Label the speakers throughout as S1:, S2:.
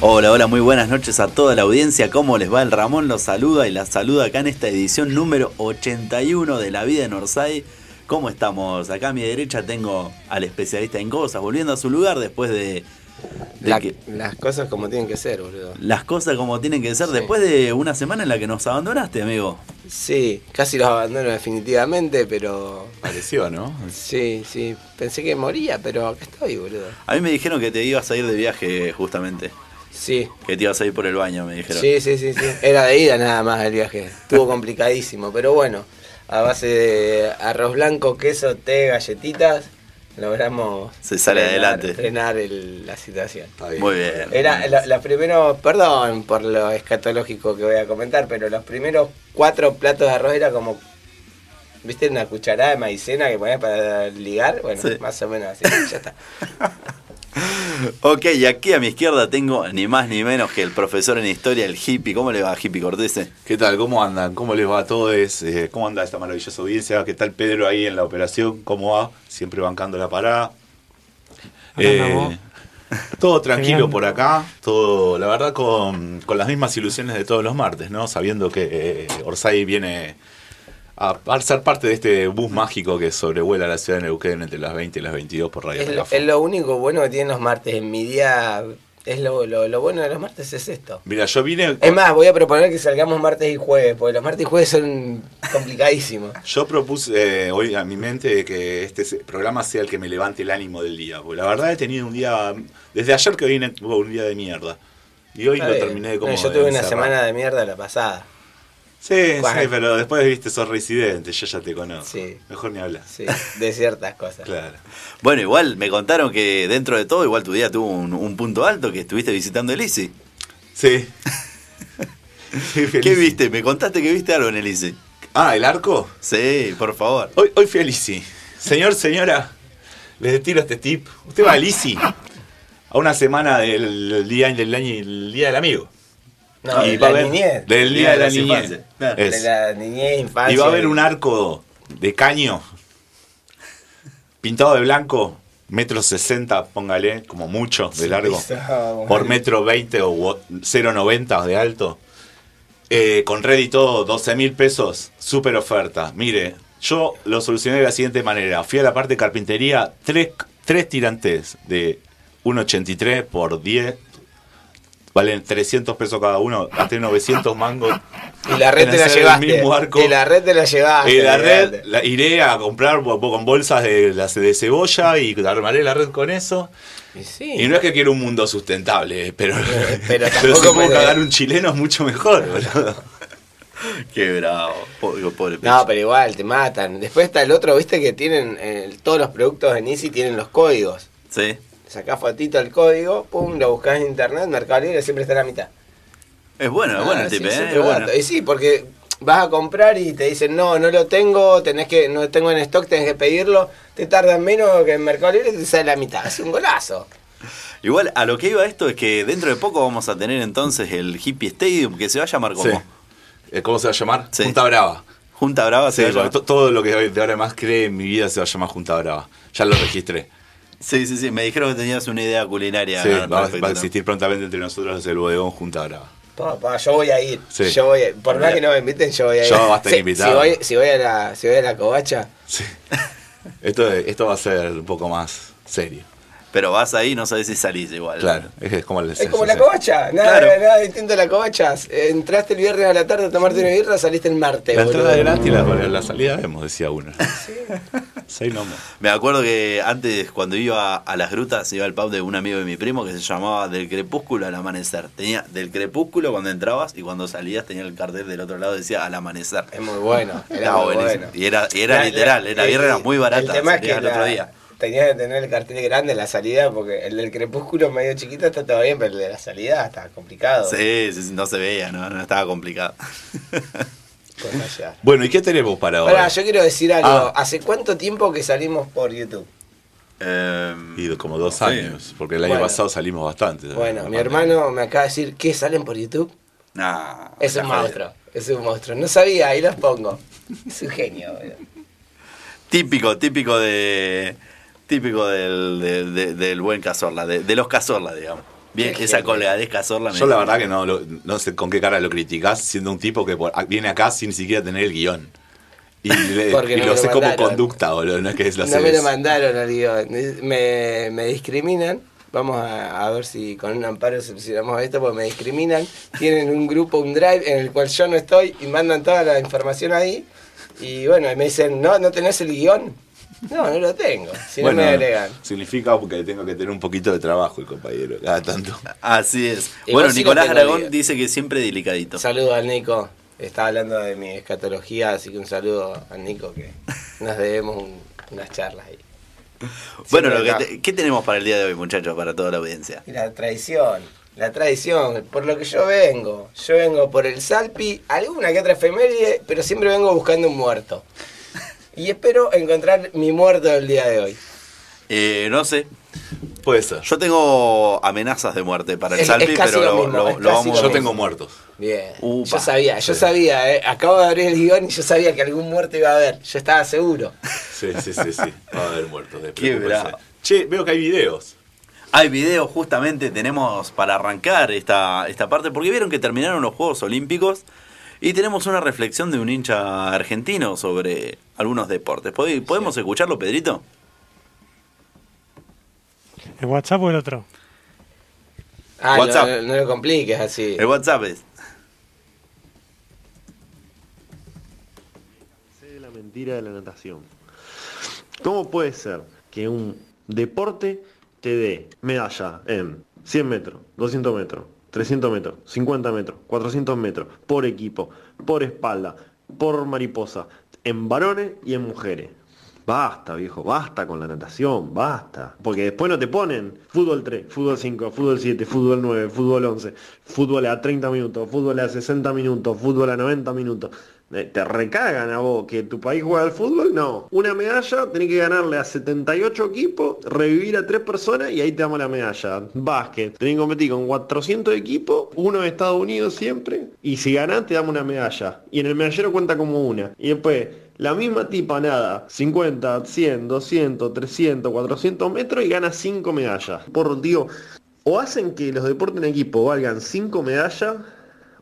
S1: Hola, hola, muy buenas noches a toda la audiencia. ¿Cómo les va? El Ramón los saluda y las saluda acá en esta edición número 81 de La Vida en Orsay. ¿Cómo estamos? Acá a mi derecha tengo al especialista en cosas, volviendo a su lugar después de. de
S2: La-
S1: que-
S2: Las cosas como tienen que ser, boludo.
S1: las cosas como tienen que ser
S2: Sí.
S1: después de una semana en la que nos abandonaste, amigo.
S2: Sí, casi los abandono definitivamente, pero.
S1: Pareció, ¿no?
S2: Sí, sí. Pensé que moría, pero acá estoy, boludo.
S1: A mí me dijeron que te ibas a ir de viaje, justamente.
S2: Sí.
S1: Que te ibas a ir por el baño, me dijeron.
S2: Sí, sí, sí, sí. Era de ida nada más el viaje. Estuvo complicadísimo, pero bueno. A base de arroz blanco, queso, té, galletitas, logramos.
S1: Se sale
S2: frenar-
S1: adelante.
S2: Frenar el- la situación.
S1: Muy bien.
S2: Era la- los primeros, perdón por lo escatológico que voy a comentar, pero los primeros cuatro platos de arroz era como, viste, una cucharada de maicena que ponías para ligar, bueno,
S1: Sí.
S2: más o menos así, ya está.
S1: Ok, y aquí a mi izquierda tengo ni más ni menos que el profesor en historia, el hippie. ¿Cómo le va, hippie Cortés?
S3: ¿Qué tal? ¿Cómo andan? ¿Cómo les va a todos? Eh, ¿Cómo anda esta maravillosa audiencia? ¿Qué tal Pedro ahí en la operación? ¿Cómo va? Siempre bancando la parada. Eh,
S4: Acá anda vos.
S3: todo tranquilo
S4: Genial.
S3: por acá, todo, la verdad, con, con las mismas ilusiones de todos los martes, ¿no? Sabiendo que eh, Orsay viene a, a ser parte de este bus mágico que sobrevuela la ciudad de Neuquén entre las 20 y las 22 por Radio
S2: Es, lo-
S3: Megafon.
S2: es lo único bueno que tienen los martes, en mi día, es lo, lo- lo bueno de los martes es esto.
S3: Mira, yo vine...
S2: Es más, voy a proponer que salgamos martes y jueves, porque los martes y jueves son complicadísimos.
S3: Yo propuse eh, hoy a mi mente que este se- programa sea el que me levante el ánimo del día. Porque la verdad he tenido un día. Desde ayer que vine tuve un día de mierda. Y hoy
S2: Está
S3: lo
S2: bien.
S3: terminé de como.
S2: No, yo
S3: de
S2: tuve una
S3: encerrar.
S2: semana de mierda la pasada.
S3: Sí, sí,
S2: Bueno.
S3: pero después viste, sos residente, yo ya te conozco.
S2: Sí.
S3: Mejor ni hablar.
S2: Sí, de ciertas cosas.
S3: Claro.
S1: Bueno, igual me contaron que dentro de todo, igual tu día tuvo un, un punto alto, que estuviste visitando el ICI.
S3: Sí. Sí, feliz.
S1: ¿Qué viste? Me contaste que viste algo en el ICI.
S3: Ah, ¿el arco?
S1: Sí, por favor.
S3: Hoy, hoy fui a Lisi. Señor, señora, les tiro este tip. Usted va a Lisi a una semana del día, del año, el día del amigo.
S2: No,
S3: Y
S2: de
S3: va a
S2: la
S3: haber-
S2: niñez.
S3: Del día, de la, niñez.
S1: infancia. Claro.
S3: Es.
S2: De la niñez, infancia.
S3: Y va a haber un arco de caño pintado de blanco, metro sesenta, póngale, como mucho de largo,
S2: pisado.
S3: por metro veinte o o 0,90 de alto, eh, con red y todo, 12 mil pesos, super oferta. Mire, yo lo solucioné de la siguiente manera, fui a la parte de carpintería, tres, tres tirantes de 1,83 por 10, valen 300 pesos cada uno, gasté 900 mangos.
S2: Y la red
S3: en
S2: te la
S3: hacer el
S2: llevaste.
S3: mismo arco.
S2: Y la red te la llevaste.
S3: Y Eh, la
S2: olvidate.
S3: red, la- iré a comprar bo- bo- con bolsas de, las de cebolla y armaré la red con eso.
S2: Y sí.
S3: Y no es que quiero un mundo sustentable, pero,
S2: Eh, pero
S3: pero,
S2: tampoco
S3: si puedo
S2: puede-
S3: cagar un chileno es mucho mejor, boludo.
S1: Qué bravo. Pobre, pobre
S2: No,
S1: picho.
S2: pero igual, te matan. Después está el otro, viste que tienen eh, todos los productos en Easy tienen los códigos.
S1: Sí.
S2: Sacás fotito al código, pum, lo buscás en internet, Mercado Libre siempre está a la mitad.
S1: Es bueno, es bueno el
S2: Ah, sí,
S1: tip, ¿eh?
S2: es
S1: Es
S2: otro
S1: bueno.
S2: dato. Y sí, porque vas a comprar y te dicen, no, no lo tengo, tenés que, no lo tengo en stock, tenés que pedirlo, te tardan menos que en Mercado Libre, te sale la mitad, es un golazo.
S1: Igual, a lo que iba esto es que dentro de poco vamos a tener entonces el Hippie Stadium, que se va a llamar como.
S3: Sí. Eh, ¿Cómo se va a llamar?
S1: Sí.
S3: Junta Brava.
S1: Junta
S2: Ah,
S1: Brava se
S3: Sí,
S1: va a llamar.
S3: to- todo lo que de ahora en más cree en mi vida se va a llamar Junta Brava. Ya lo registré.
S1: Sí, sí, sí. Me dijeron que tenías una idea culinaria.
S3: Sí,
S1: al
S3: va,
S1: respecto,
S3: va a
S1: ¿no?
S3: existir prontamente entre nosotros el bodegón Junta Brava.
S2: Pa, pa, yo voy a ir.
S3: Sí.
S2: Yo voy a- por más que no me inviten, yo voy a ir.
S3: Yo basta
S2: Sí,
S3: que invitarme.
S2: Si voy, si voy a la, si voy a la covacha,
S3: Sí. Esto, esto va a ser un poco más serio.
S1: Pero vas ahí y no sabes si salís igual.
S3: Claro, es, es como el
S2: es como la
S3: coche
S2: covacha. Nada,
S1: Claro.
S2: nada distinto a la covacha. Entraste el viernes a la tarde a tomarte una birra, saliste el martes.
S3: La
S2: boludo.
S3: entrada adelante y la, la salida vemos, decía uno. Sí. Seis nomás.
S1: Me acuerdo que antes, cuando iba a las grutas, iba al pub de un amigo de mi primo que se llamaba Del Crepúsculo al Amanecer. Tenía Del Crepúsculo cuando entrabas y cuando salías tenía el cartel del otro lado decía Al Amanecer.
S2: Es muy bueno. Era
S1: Estaba
S2: muy
S1: buenísimo.
S2: bueno.
S1: Y era, y era
S2: La-
S1: literal, eh, la,
S2: el-
S1: birra era muy barata.
S2: El tema es que
S1: salías al otro
S2: la-
S1: día.
S2: tenías que tener el cartel grande en la salida, porque el del crepúsculo medio chiquito está todo bien, pero el de la salida está complicado.
S1: Sí, sí, sí, no se veía, no, no estaba complicado.
S2: Con hallar.
S3: Bueno, ¿y qué tenemos para ahora?
S2: Ahora, yo quiero decir algo.
S3: Ah.
S2: ¿Hace cuánto tiempo que salimos por YouTube?
S1: Em,
S3: Y como dos
S1: Sí.
S3: años, porque el año
S2: Bueno.
S3: pasado salimos bastante.
S2: Bueno,
S3: La
S2: mi
S3: pandemia.
S2: hermano me acaba de decir que salen por YouTube.
S1: nah,
S2: Es
S1: la
S2: un
S1: jodida.
S2: monstruo. Es un monstruo. No sabía, ahí los pongo. Es un genio. boludo.
S1: Típico, típico de. Típico del, de- de- del buen Cazorla, de, de los Cazorla, digamos. Bien,
S2: Qué
S1: esa
S2: genio.
S1: colgadesca zorla. me-
S3: Yo la verdad que no, lo- no sé con qué cara lo criticás siendo un tipo que por- viene acá sin ni siquiera tener el guión. Y, le-
S2: Porque
S3: y
S2: no me
S3: lo
S2: lo
S3: sé como
S2: mandaron.
S3: conducta, boludo. No es que es lo
S2: No me
S3: haces.
S2: lo mandaron al guión. Me, me discriminan. Vamos a, a ver si con un amparo solucionamos esto, porque me discriminan. Tienen un grupo, un drive en el cual yo no estoy y mandan toda la información ahí. Y bueno, y me dicen, no, no tenés el guión. No, no lo tengo. Si
S3: Bueno,
S2: no me agregan.
S3: significa que tengo que tener un poquito de trabajo, el compañero. Cada tanto.
S1: Así es.
S2: Igual
S1: bueno,
S2: sí
S1: Nicolás
S2: lo tengo
S1: Aragón
S2: bien.
S1: dice que siempre delicadito.
S2: Saludo al Nico. Estaba hablando de mi escatología, así que un saludo al Nico que nos debemos un- unas charlas ahí.
S1: bueno,
S2: Siempre
S1: lo que
S2: acá.
S1: te- ¿qué tenemos para el día de hoy, muchachos, para toda la audiencia?
S2: Y La traición, la traición, por lo que yo vengo. Yo vengo por el Salpi, alguna que otra efeméride, pero siempre vengo buscando un muerto. Y espero encontrar mi muerto del día de hoy.
S1: Eh, no sé.
S3: Puede ser.
S1: Yo tengo amenazas de muerte para el
S2: Es-
S1: Salpi,
S2: es casi
S1: pero
S2: lo
S1: lo,
S2: mismo,
S1: lo-
S2: es
S1: lo
S2: casi
S1: vamos.
S2: lo
S3: Yo
S2: mismo.
S3: tengo muertos.
S2: Bien.
S1: Upa.
S2: yo sabía, yo
S3: Sí.
S2: sabía, eh. acabo de abrir el guión y yo sabía que algún muerto iba a haber. Yo estaba seguro.
S3: Sí, sí, sí, sí. Va a haber muertos. de
S1: Qué
S3: preocuparse.
S1: bravo.
S3: Che, veo que hay videos.
S1: Hay videos justamente tenemos para arrancar esta, esta parte, porque vieron que terminaron los Juegos Olímpicos y tenemos una reflexión de un hincha argentino sobre algunos deportes. ¿Pod- ¿Podemos escucharlo, Pedrito?
S4: ¿El WhatsApp o el otro?
S2: Ah, no,
S1: WhatsApp.
S2: no, no lo compliques así.
S1: El WhatsApp es.
S5: Sé de la mentira de la natación. ¿Cómo puede ser que un deporte te dé medalla en 100 metros, 200 metros, 300 metros, 50 metros, 400 metros, por equipo, por espalda, por mariposa, en varones y en mujeres? Basta, viejo, basta con la natación, basta. Porque después no te ponen fútbol 3, fútbol 5, fútbol 7, fútbol 9, fútbol 11, fútbol a 30 minutos, fútbol a 60 minutos, fútbol a 90 minutos. Eh, Te recagan a vos que tu país juega al fútbol, no. Una medalla tenés que ganarle a 78 equipos, revivir a tres personas y ahí te damos la medalla. Básquet, tenés que competir con 400 equipos, uno de Estados Unidos siempre, y si ganás te damos una medalla. Y en el medallero cuenta como una. Y después... La misma tipa nada, 50, 100, 200, 300, 400 metros y gana 5 medallas. Por Dios, o hacen que los deportes en equipo valgan 5 medallas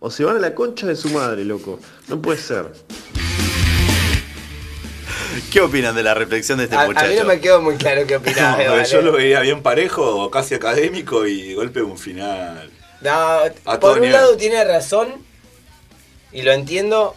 S5: o se van a la concha de su madre, loco. No puede ser.
S1: ¿Qué opinan de la reflexión de este
S2: A, a mí
S1: muchacho?
S2: no me quedó muy claro qué opinás. ¿eh?
S3: No,
S2: Vale.
S3: yo lo veía bien parejo, casi académico y de golpe un final.
S2: No,
S3: A todo
S2: por un
S3: nivel.
S2: lado tiene razón y lo entiendo,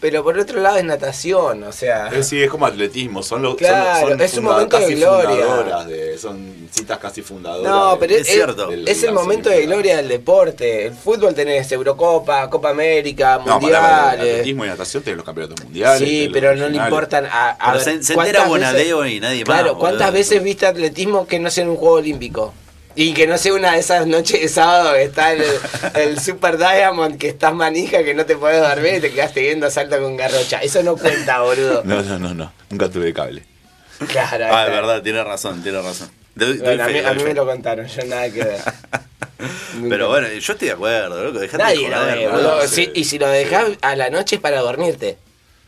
S2: pero por otro lado es natación, o sea,
S3: Es, sí, es como atletismo, son los
S2: Claro,
S3: son, son
S2: es un
S3: funda-
S2: momento de
S3: casi
S2: gloria.
S3: fundadoras de- son citas casi fundadoras.
S2: no,
S3: de-
S2: pero es,
S1: es cierto.
S2: es-
S3: del-
S2: es el
S3: la
S2: momento de
S3: semifinal.
S2: gloria del deporte. El fútbol tenés Eurocopa, Copa América,
S3: No,
S2: Mundiales.
S3: para el atletismo y natación tenés los campeonatos mundiales.
S2: Sí,
S3: tenés los
S2: pero no le
S3: regionales.
S2: importan a, a
S1: Pero
S2: ver,
S1: se, se
S2: ¿cuántas
S1: entera
S2: veces-
S1: Bonadeo y nadie más.
S2: Claro, ¿cuántas
S1: boludo?
S2: veces viste atletismo que no sea en un juego olímpico? Y que no sea una de esas noches de sábado que está el, el Super Diamond, que estás manija, que no te podés dormir y te quedaste viendo salto con garrocha. Eso no cuenta, boludo.
S3: No, no, no, no, nunca tuve cable.
S2: Claro.
S1: Ah,
S2: está.
S1: es verdad, tiene razón, tiene razón. Doy- doy
S2: Bueno, a
S1: fe,
S2: mí, a
S1: doy
S2: mí
S1: fe.
S2: me lo contaron, yo nada que ver.
S1: Pero bueno, yo estoy de acuerdo, loco. Dejate
S2: Nadie
S1: de
S2: lo
S1: joder,
S2: ve,
S1: boludo.
S2: eh, boludo.
S3: no,
S2: Sí,
S3: sí,
S2: y si lo dejás a la noche es para dormirte.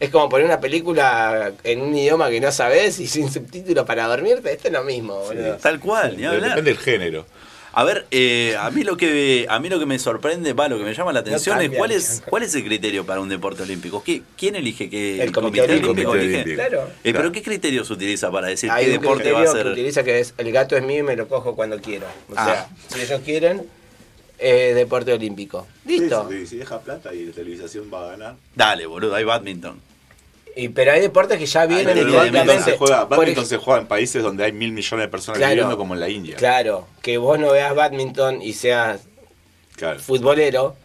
S2: Es como poner una película en un idioma que no sabes y sin subtítulos para dormirte. Esto es lo mismo, boludo.
S1: Tal cual, ni hablar.
S3: Depende del género.
S1: A ver, eh, a mí lo que a mí lo que me sorprende, va, lo que me llama la atención es
S2: cambia,
S1: cuál es
S2: Alejandro.
S1: cuál es el criterio para un deporte olímpico. ¿Qué- ¿Quién elige qué
S2: El Comité Olímpico.
S3: El Comité
S1: elige?
S2: Olímpico. Claro.
S1: Eh, pero qué criterios utiliza para decir
S2: Hay
S1: qué
S2: un
S1: deporte
S2: criterio
S1: va a
S2: que
S1: ser?
S2: utiliza que es el gato es mío y me lo cojo cuando quiero. O
S1: Ah.
S2: sea, si ellos quieren, eh, deporte olímpico. Listo.
S3: Sí, sí, si deja plata y la televisación va a ganar.
S1: Dale, boludo, hay badminton.
S2: Y, pero hay deportes que ya vienen
S1: pero
S3: Badminton
S2: históricamente.
S3: se juega,
S2: Por
S3: badminton
S2: ej-
S3: se juega en países donde hay mil millones de personas
S2: Claro.
S3: viviendo, como en la India.
S2: Claro, que vos no veas badminton y seas
S3: Claro.
S2: futbolero,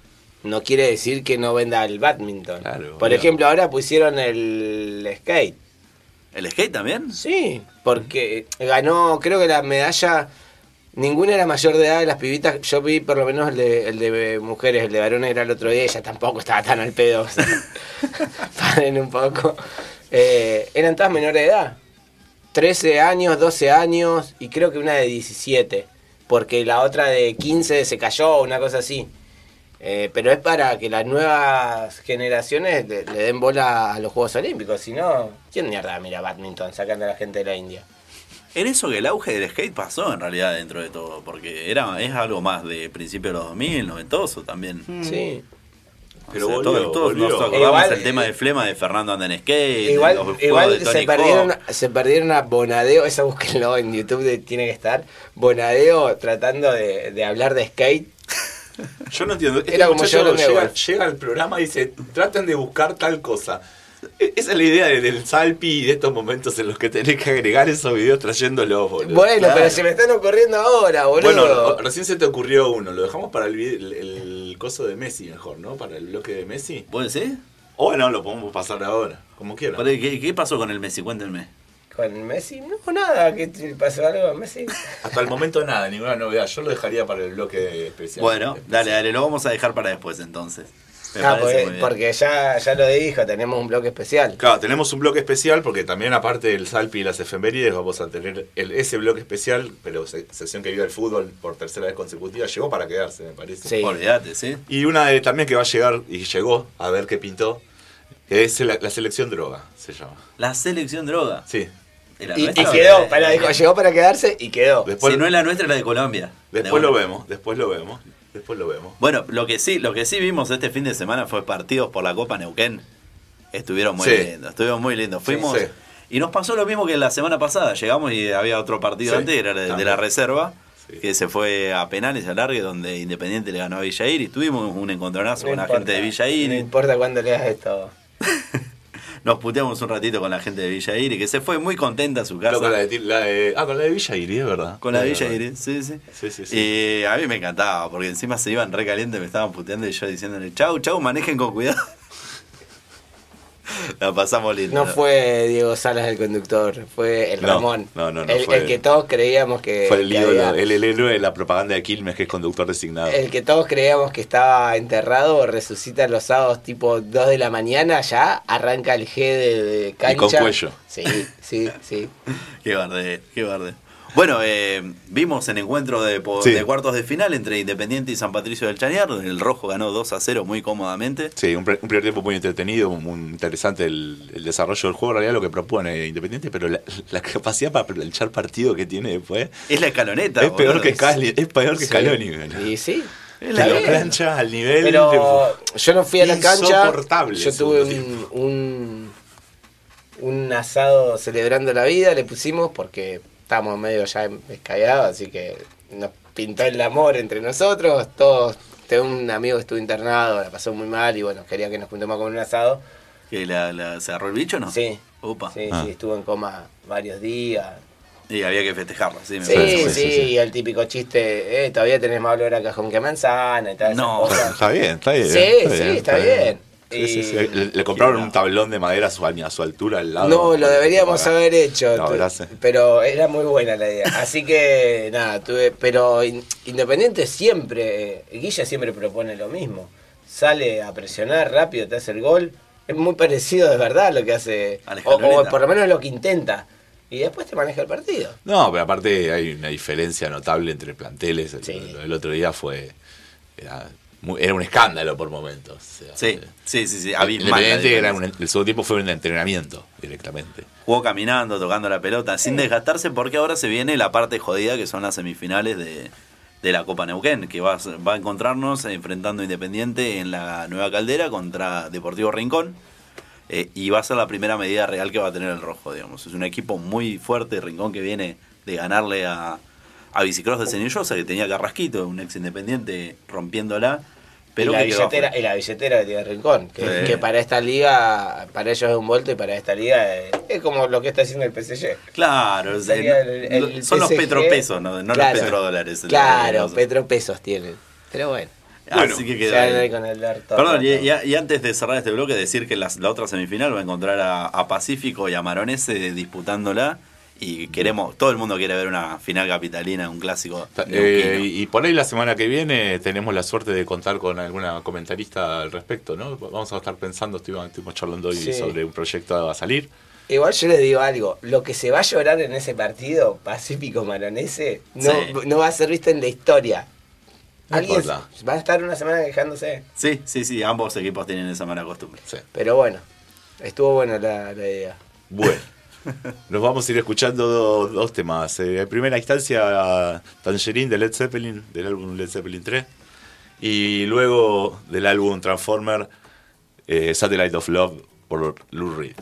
S2: no quiere decir que no venda el badminton.
S3: Claro,
S2: Por
S3: boludo.
S2: ejemplo, ahora pusieron el skate.
S1: ¿El skate también?
S2: Sí, porque ganó, creo que la medalla, ninguna era mayor de edad de las pibitas, yo vi por lo menos el de, el de mujeres, el de varones era el otro día, ella tampoco estaba tan al pedo, o sea, paren un poco. Eh, eran todas menores de edad, 13 años, 12 años y creo que una de 17, porque la otra de 15 se cayó, una cosa así. Eh, pero es para que las nuevas generaciones le, le den bola a los Juegos Olímpicos. Si no, ¿quién mierda mira badminton sacando a la gente de la India?
S1: En eso que el auge del skate pasó en realidad dentro de todo, porque era es algo más de principios de los 2000, noventoso también.
S2: Sí.
S3: Pero
S1: O sea,
S3: volvió,
S1: todos- todos
S3: volvió.
S1: nos acordamos
S2: Igual- eh,
S1: el tema de Flema de Fernando Anda en Skate, de los
S2: Igual,
S1: juegos de
S2: igual
S1: Tony
S2: se,
S1: Hawk.
S2: perdieron, se perdieron a Bonadeo, esa búsquenlo en YouTube, de- tiene que estar. Bonadeo tratando de, de hablar de skate.
S3: Yo no entiendo. Este
S2: Era como
S3: muchacho
S2: Jordan
S3: llega,
S2: Edwards.
S3: llega al programa y dice, traten de buscar tal cosa. E- Esa es la idea de- del salpi y de estos momentos en los que tenés que agregar esos videos trayéndolos, boludo.
S2: Bueno,
S1: claro.
S2: pero se me están ocurriendo ahora,
S3: Bueno,
S2: boludo.
S3: re- recién se te ocurrió uno. Lo dejamos para el, vide- el, el coso de Messi mejor, ¿no? Para el bloque de Messi.
S1: ¿Vos decís?
S3: O no, lo podemos pasar ahora, como quieras.
S1: Pará, ¿Qué, qué pasó con el Messi? Cuéntenme.
S2: Con Messi, no, nada, que te pasó algo a Messi.
S3: Hasta el momento nada, ninguna novedad. Yo lo dejaría para el bloque especial.
S1: Bueno, dale, dale, lo vamos a dejar para después entonces. Me
S2: Ah,
S1: parece
S2: porque,
S1: muy bien.
S2: porque ya, ya lo dijo, tenemos un bloque especial.
S3: Claro, tenemos un bloque especial porque también aparte del Salpi y las efemérides vamos a tener el, ese bloque especial, pero se- sección que vive el fútbol por tercera vez consecutiva llegó para quedarse, me parece.
S2: Sí.
S1: Olvídate, ¿sí?
S3: Y una de- también que va a llegar y llegó, a ver qué pintó, que es la, la selección droga, se llama.
S1: La selección droga.
S3: Sí.
S1: ¿Era
S2: Y, y
S1: nuestra?
S2: quedó, para, dijo, llegó para quedarse y quedó.
S3: Después,
S1: si no es la nuestra, es la de Colombia.
S3: después lo
S1: vemos
S3: vemos, después lo vemos, después lo vemos.
S1: Bueno, lo que sí, lo que sí vimos este fin de semana fue partidos por la Copa Neuquén. Estuvieron muy
S3: Sí.
S1: lindos, estuvieron muy lindos. Fuimos
S3: sí.
S1: y nos pasó lo mismo que la semana pasada. Llegamos y había otro partido
S3: Sí,
S1: antes, que era de, de
S3: también.
S1: la reserva,
S3: Sí.
S1: que se fue a penales a largue, donde Independiente le ganó a Villair y tuvimos un encontronazo
S2: No
S1: con la
S2: importa,
S1: gente de
S2: No
S1: Villair.
S2: importa cuándo leas esto.
S1: Nos puteamos un ratito con la gente de Villair, que se fue muy contenta a su casa.
S3: No, con la de, Til- la de- ah, con la de Villa Iris, es verdad.
S1: Con la
S3: Es
S1: Villa
S3: verdad.
S1: Iris, sí, sí.
S3: Sí, sí, sí.
S1: Y a mí me encantaba, porque encima se iban recalientes, me estaban puteando y yo diciéndole, chau, chau, manejen con cuidado. La pasamos lindo.
S2: No fue Diego Salas el conductor, fue el
S3: No,
S2: Ramón.
S3: no, no, no,
S2: el,
S3: fue-
S2: el que todos creíamos que.
S3: Fue
S1: Eh,
S3: el
S2: que
S3: ídolo,
S2: había-
S3: el, el héroe de la propaganda de Quilmes, que es conductor designado.
S2: el que todos creíamos que estaba enterrado, resucita los sábados tipo 2 de la mañana, ya arranca el G de, de cancha.
S3: con cuello.
S2: Sí, sí, sí.
S1: Qué barde, qué barde. Bueno, eh, vimos el encuentro de, po-
S3: Sí.
S1: de cuartos de final entre Independiente y San Patricio del Chañar. donde El rojo ganó 2 a 0 muy cómodamente.
S3: Sí, un, pre- un primer tiempo muy entretenido, muy interesante el, el desarrollo del juego, en realidad lo que propone Independiente, pero la, la capacidad para planchar partido que tiene después
S1: Es la escaloneta.
S3: es peor
S1: boludo.
S3: que Cali, es peor que Scaloni. boludo.
S2: Y sí.
S3: Te
S2: está
S3: lo
S2: bien.
S3: plancha al nivel
S2: Pero
S3: de-
S2: yo no fui a la cancha.
S3: Insoportable
S2: Yo
S3: el
S2: tuve
S3: segundo
S2: un, un, un asado celebrando la vida, le pusimos porque estábamos medio ya escallados, así que nos pintó el amor entre nosotros. Todos, tengo un amigo que estuvo internado, la pasó muy mal y bueno, quería que nos juntemos con un asado.
S1: ¿Que la, la- ¿Se agarró el bicho o no?
S2: Sí.
S1: Upa.
S2: Sí,
S3: Ah.
S2: sí, estuvo en coma varios días.
S1: Y había que festejarlo, sí, me
S2: Sí,
S1: parece.
S2: sí,
S3: sí, sí.
S2: y el típico chiste, eh, todavía tenés más olor a cajón que a manzana y tal.
S1: No.
S3: Está bien, está bien.
S2: Sí,
S3: está
S2: sí,
S3: bien,
S2: está bien.
S3: Sí, sí, sí.
S2: Y-
S3: Le, le compraron
S1: Qué
S3: un tablón de madera a su, a su altura al lado.
S2: No, lo deberíamos
S3: Para-
S2: haber hecho.
S3: No,
S2: tu-
S3: gracias.
S2: pero era muy buena la idea. Así que nada, tuve. Pero in- Independiente siempre, eh, Guilla siempre propone lo mismo. Sale a presionar rápido, te hace el gol. Es muy parecido de verdad a lo que hace.
S1: A la
S2: O, o
S1: escaloneta.
S2: por lo menos lo que intenta. Y después te maneja el partido.
S3: No, pero aparte hay una diferencia notable entre planteles. El,
S2: Sí.
S3: el otro día fue. Era, muy- era un escándalo por momentos. O sea,
S1: Sí,
S3: eh,
S1: sí, sí, sí,
S3: el,
S1: abismal la
S3: Independiente era
S1: diferencia.
S3: un- el segundo tiempo fue un entrenamiento directamente.
S1: Jugó caminando, tocando la pelota, sin desgastarse, porque ahora se viene la parte jodida que son las semifinales de, de la Copa Neuquén, que va, a ser- va a encontrarnos enfrentando a Independiente en la Nueva Caldera contra Deportivo Rincón. eh, y va a ser la primera medida real que va a tener el rojo, digamos. Es un equipo muy fuerte, Rincón, que viene de ganarle a, a Bicicross de Cenillosa, que tenía Carrasquito, un ex independiente rompiéndola. Pero
S2: y, la
S1: que quedó
S2: billetera,
S1: afuera.
S2: y la billetera que tiene Rincón. Que,
S1: Sí.
S2: que para esta liga, para ellos es un vuelto y para esta liga es, es como lo que está haciendo el PSG.
S1: Claro, o sea,
S2: Sería el-
S1: no-
S2: el
S1: son los
S2: PSG.
S1: petropesos, no, no
S2: Claro.
S1: los petrodólares.
S2: Claro,
S1: Los-
S2: petropesos tienen. Pero bueno.
S3: Bueno,
S1: Así que
S2: se
S1: queda
S2: van a
S1: ahí.
S2: ir con el orto.
S1: Perdón, y, y- y antes de cerrar este bloque, decir que las- la, otra semifinal va a encontrar a, a Pacífico y a Maronese disputándola. Y queremos, todo el mundo quiere ver una final capitalina, un clásico. neuquino.
S3: Eh, y y por ahí la semana que viene tenemos la suerte de contar con alguna comentarista al respecto, ¿no? Vamos a estar pensando, estuvimos, estuvimos charlando hoy
S2: Sí.
S3: sobre un proyecto a salir.
S2: Igual yo les digo algo, lo que se va a llorar en ese partido, Pacífico Maronese, no,
S1: Sí.
S2: no va a ser visto en la historia.
S3: No
S2: Alguien
S3: importa.
S2: va a estar una semana quejándose.
S1: Sí, sí, sí, ambos equipos tienen esa mala costumbre.
S3: Sí.
S2: Pero bueno, estuvo buena la, la idea.
S3: Bueno, Nos vamos a ir escuchando do- dos temas. Eh, en primera instancia, Tangerine de Led Zeppelin, del álbum Led Zeppelin 3. Y luego del álbum Transformer, eh, Satellite of Love por Lou Reed.